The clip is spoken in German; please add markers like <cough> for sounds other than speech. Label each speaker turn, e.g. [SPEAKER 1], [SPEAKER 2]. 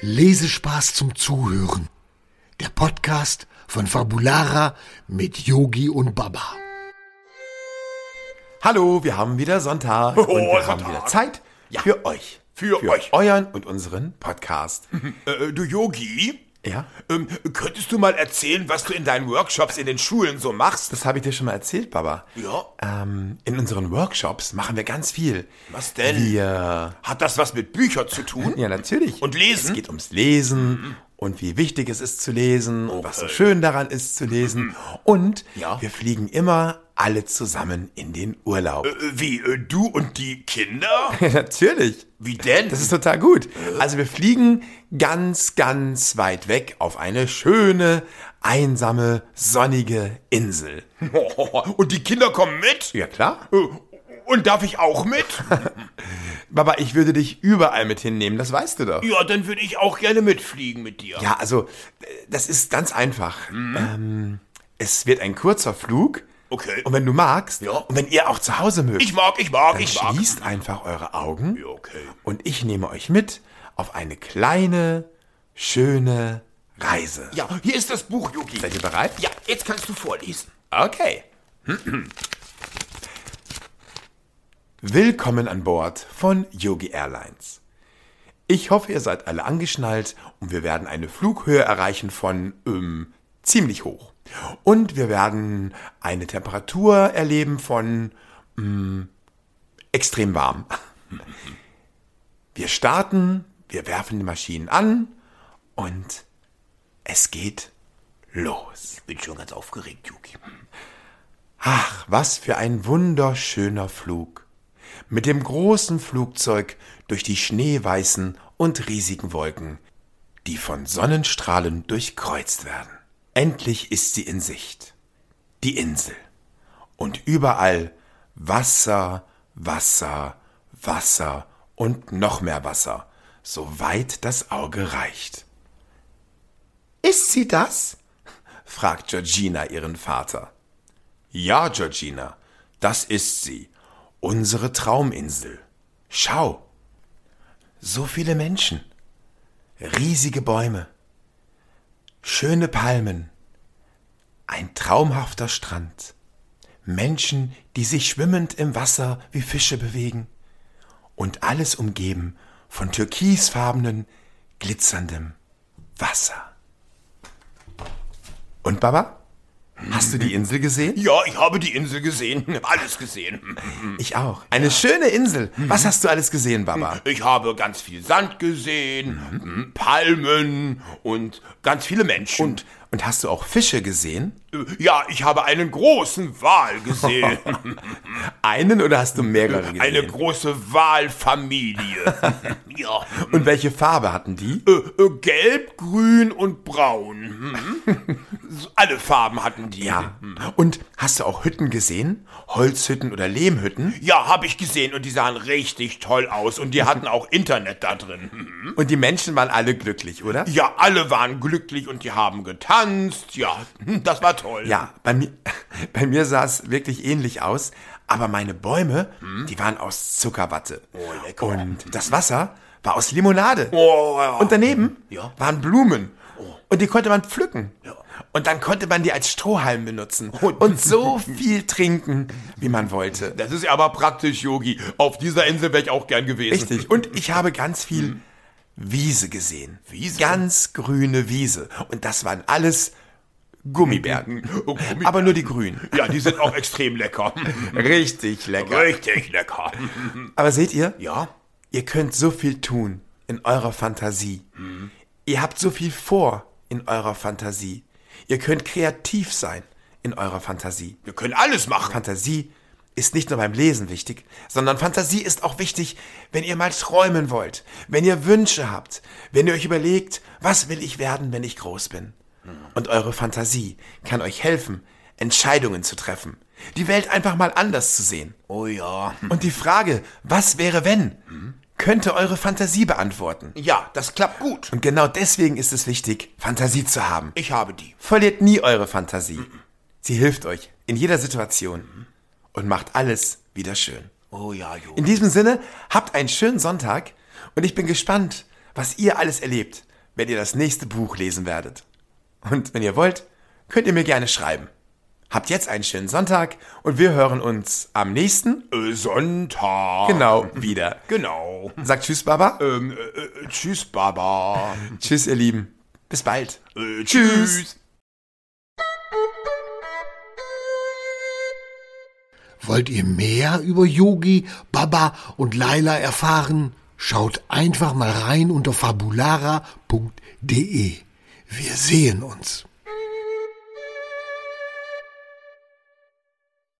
[SPEAKER 1] Lesespaß zum Zuhören. Der Podcast von Fabulara mit Yogi und Baba.
[SPEAKER 2] Hallo, wir haben wieder Sonntag und wir haben wieder Zeit für euch.
[SPEAKER 3] Oh, Für euch.
[SPEAKER 2] euren und unseren Podcast.
[SPEAKER 3] Äh, du Yogi,
[SPEAKER 2] Ja,
[SPEAKER 3] ähm, könntest du mal erzählen, was du in deinen Workshops in den Schulen so machst?
[SPEAKER 2] das habe ich dir schon mal erzählt, Baba.
[SPEAKER 3] Ja.
[SPEAKER 2] Ähm, in unseren Workshops machen wir ganz viel.
[SPEAKER 3] Was denn?
[SPEAKER 2] Wir,
[SPEAKER 3] Hat das was mit Büchern zu tun?
[SPEAKER 2] <laughs> ja natürlich.
[SPEAKER 3] Und Hm. lesen?
[SPEAKER 2] Es geht ums Lesen und wie wichtig es ist zu lesen und was so schön daran ist zu lesen. Und
[SPEAKER 3] Hm. Ja.
[SPEAKER 2] wir fliegen immer alle zusammen in den Urlaub.
[SPEAKER 3] Äh, Wie, äh, du und die Kinder?
[SPEAKER 2] Ja, <laughs> natürlich.
[SPEAKER 3] Wie denn?
[SPEAKER 2] Das ist total gut. Also wir fliegen ganz, ganz weit weg auf eine schöne, einsame, sonnige Insel.
[SPEAKER 3] <laughs> Und die Kinder kommen mit?
[SPEAKER 2] Ja klar.
[SPEAKER 3] Äh, Und darf ich
[SPEAKER 2] <laughs>
[SPEAKER 3] auch mit?
[SPEAKER 2] Baba, ich würde dich überall mit hinnehmen, das weißt du doch.
[SPEAKER 3] Ja, dann würde ich auch gerne mitfliegen mit dir.
[SPEAKER 2] Ja, also äh, das ist ganz einfach.
[SPEAKER 3] Mhm.
[SPEAKER 2] Ähm, es wird ein kurzer Flug.
[SPEAKER 3] Okay.
[SPEAKER 2] Und wenn du magst,
[SPEAKER 3] Ja.
[SPEAKER 2] und wenn ihr auch zu Hause mögt,
[SPEAKER 3] Ich mag, ich mag, ich mag.
[SPEAKER 2] schließt einfach eure Augen.
[SPEAKER 3] Ja, okay.
[SPEAKER 2] Und ich nehme euch mit auf eine kleine, schöne Reise.
[SPEAKER 3] Ja, hier ist das Buch, Yogi.
[SPEAKER 2] Seid ihr bereit?
[SPEAKER 3] Ja, jetzt kannst du vorlesen.
[SPEAKER 2] Okay. Willkommen an Bord von Yogi Airlines. Ich hoffe, ihr seid alle angeschnallt und wir werden eine Flughöhe erreichen von ähm, ziemlich hoch. Und wir werden eine Temperatur erleben von ähm, extrem warm. Wir starten, wir werfen die Maschinen an und es geht los.
[SPEAKER 3] Ich bin schon ganz aufgeregt, Yogi.
[SPEAKER 2] Ach, was für ein wunderschöner Flug. Mit dem großen Flugzeug durch die schneeweißen und riesigen Wolken, die von Sonnenstrahlen durchkreuzt werden. Endlich ist sie in Sicht. Die Insel. Und überall Wasser, Wasser, Wasser und noch mehr Wasser, soweit das Auge reicht. Ist sie das? fragt Georgina ihren Vater. Ja, Georgina, das ist sie, unsere Trauminsel. Schau. So viele Menschen, riesige Bäume, schöne Palmen, ein traumhafter Strand, Menschen, die sich schwimmend im Wasser wie Fische bewegen und alles umgeben von türkisfarbenen, glitzerndem Wasser. Und Baba? Hast du die Insel gesehen?
[SPEAKER 3] Ja, ich habe die Insel gesehen. <laughs> Alles gesehen.
[SPEAKER 2] Ich auch. Mm. Mhm. Mm. Eine schöne Insel. Was hast du alles gesehen, Baba?
[SPEAKER 3] Ich habe ganz viel Sand gesehen, m, Palmen und ganz viele Menschen.
[SPEAKER 2] Mhm. Und, und hast du auch Fische gesehen?
[SPEAKER 3] Äh, ja, ich habe einen großen Wal
[SPEAKER 2] <laughs>
[SPEAKER 3] gesehen.
[SPEAKER 2] Einen oder hast du mehrere gesehen?
[SPEAKER 3] Eine
[SPEAKER 2] <laughs>
[SPEAKER 3] große Walfamilie. ja.
[SPEAKER 2] und welche Farbe hatten die?
[SPEAKER 3] Äh, äh, gelb, grün und braun. Mhm. So, <laughs> Alle Farben hatten die.
[SPEAKER 2] Ja. Und hast du auch Hütten gesehen? Holzhütten oder Lehmhütten?
[SPEAKER 3] Ja, habe ich gesehen und die sahen richtig toll aus und die hatten auch Internet da drin. Mhm.
[SPEAKER 2] Und die Menschen waren alle glücklich, oder?
[SPEAKER 3] Ja, alle waren glücklich und die haben getanzt. Ja, hm, das war toll.
[SPEAKER 2] Ja, bei mir, <laughs> bei mir sah es wirklich ähnlich aus, aber meine Bäume, die waren aus Zuckerwatte. Oh,
[SPEAKER 3] lecker.
[SPEAKER 2] Und das Wasser war aus Limonade.
[SPEAKER 3] Oh, ja.
[SPEAKER 2] Und daneben
[SPEAKER 3] Ja.
[SPEAKER 2] waren Blumen. Und die konnte man pflücken. Und dann konnte man die als Strohhalm benutzen. Und so viel trinken, wie man wollte.
[SPEAKER 3] Das ist ja aber praktisch, Yogi. Auf dieser Insel wäre ich auch gern gewesen.
[SPEAKER 2] Richtig. Und ich habe ganz viel Wiese gesehen.
[SPEAKER 3] Wiese?
[SPEAKER 2] Ganz grüne Wiese. Und das waren alles Gummibärten.
[SPEAKER 3] Oh, Gummibärten.
[SPEAKER 2] Aber nur die grünen.
[SPEAKER 3] Ja, die sind auch extrem lecker.
[SPEAKER 2] Richtig <laughs> lecker.
[SPEAKER 3] Richtig lecker.
[SPEAKER 2] Aber seht ihr?
[SPEAKER 3] Ja?
[SPEAKER 2] Ihr könnt so viel tun in eurer Fantasie. Ihr habt so viel vor in eurer Fantasie. Ihr könnt kreativ sein in eurer Fantasie.
[SPEAKER 3] Wir können alles machen.
[SPEAKER 2] Fantasie ist nicht nur beim Lesen wichtig, sondern Fantasie ist auch wichtig, wenn ihr mal träumen wollt, wenn ihr Wünsche habt, wenn ihr euch überlegt, was will ich werden, wenn ich groß bin. Und eure Fantasie kann euch helfen, Entscheidungen zu treffen, die Welt einfach mal anders zu sehen.
[SPEAKER 3] Oh ja.
[SPEAKER 2] Und die Frage, was wäre wenn, könnte eure Fantasie beantworten.
[SPEAKER 3] Ja, das klappt gut.
[SPEAKER 2] Und genau deswegen ist es wichtig, Fantasie zu haben.
[SPEAKER 3] Ich habe die.
[SPEAKER 2] Verliert nie eure Fantasie. Sie hilft euch in jeder Situation und macht alles wieder schön.
[SPEAKER 3] Oh ja, Yogi.
[SPEAKER 2] In diesem Sinne, habt einen schönen Sonntag und ich bin gespannt, was ihr alles erlebt, wenn ihr das nächste Buch lesen werdet. Und wenn ihr wollt, könnt ihr mir gerne schreiben. Habt jetzt einen schönen Sonntag und wir hören uns am nächsten
[SPEAKER 3] Äh, Sonntag.
[SPEAKER 2] genau wieder.
[SPEAKER 3] Genau.
[SPEAKER 2] Sagt Tschüss, Baba.
[SPEAKER 3] Ähm, äh, äh, tschüss, Baba.
[SPEAKER 2] Tschüss, ihr Lieben. Bis bald.
[SPEAKER 3] Äh,
[SPEAKER 2] Tschüss.
[SPEAKER 1] Wollt ihr mehr über Yogi, Baba und Laila erfahren? Schaut einfach mal rein unter fabulara.de. Wir sehen uns.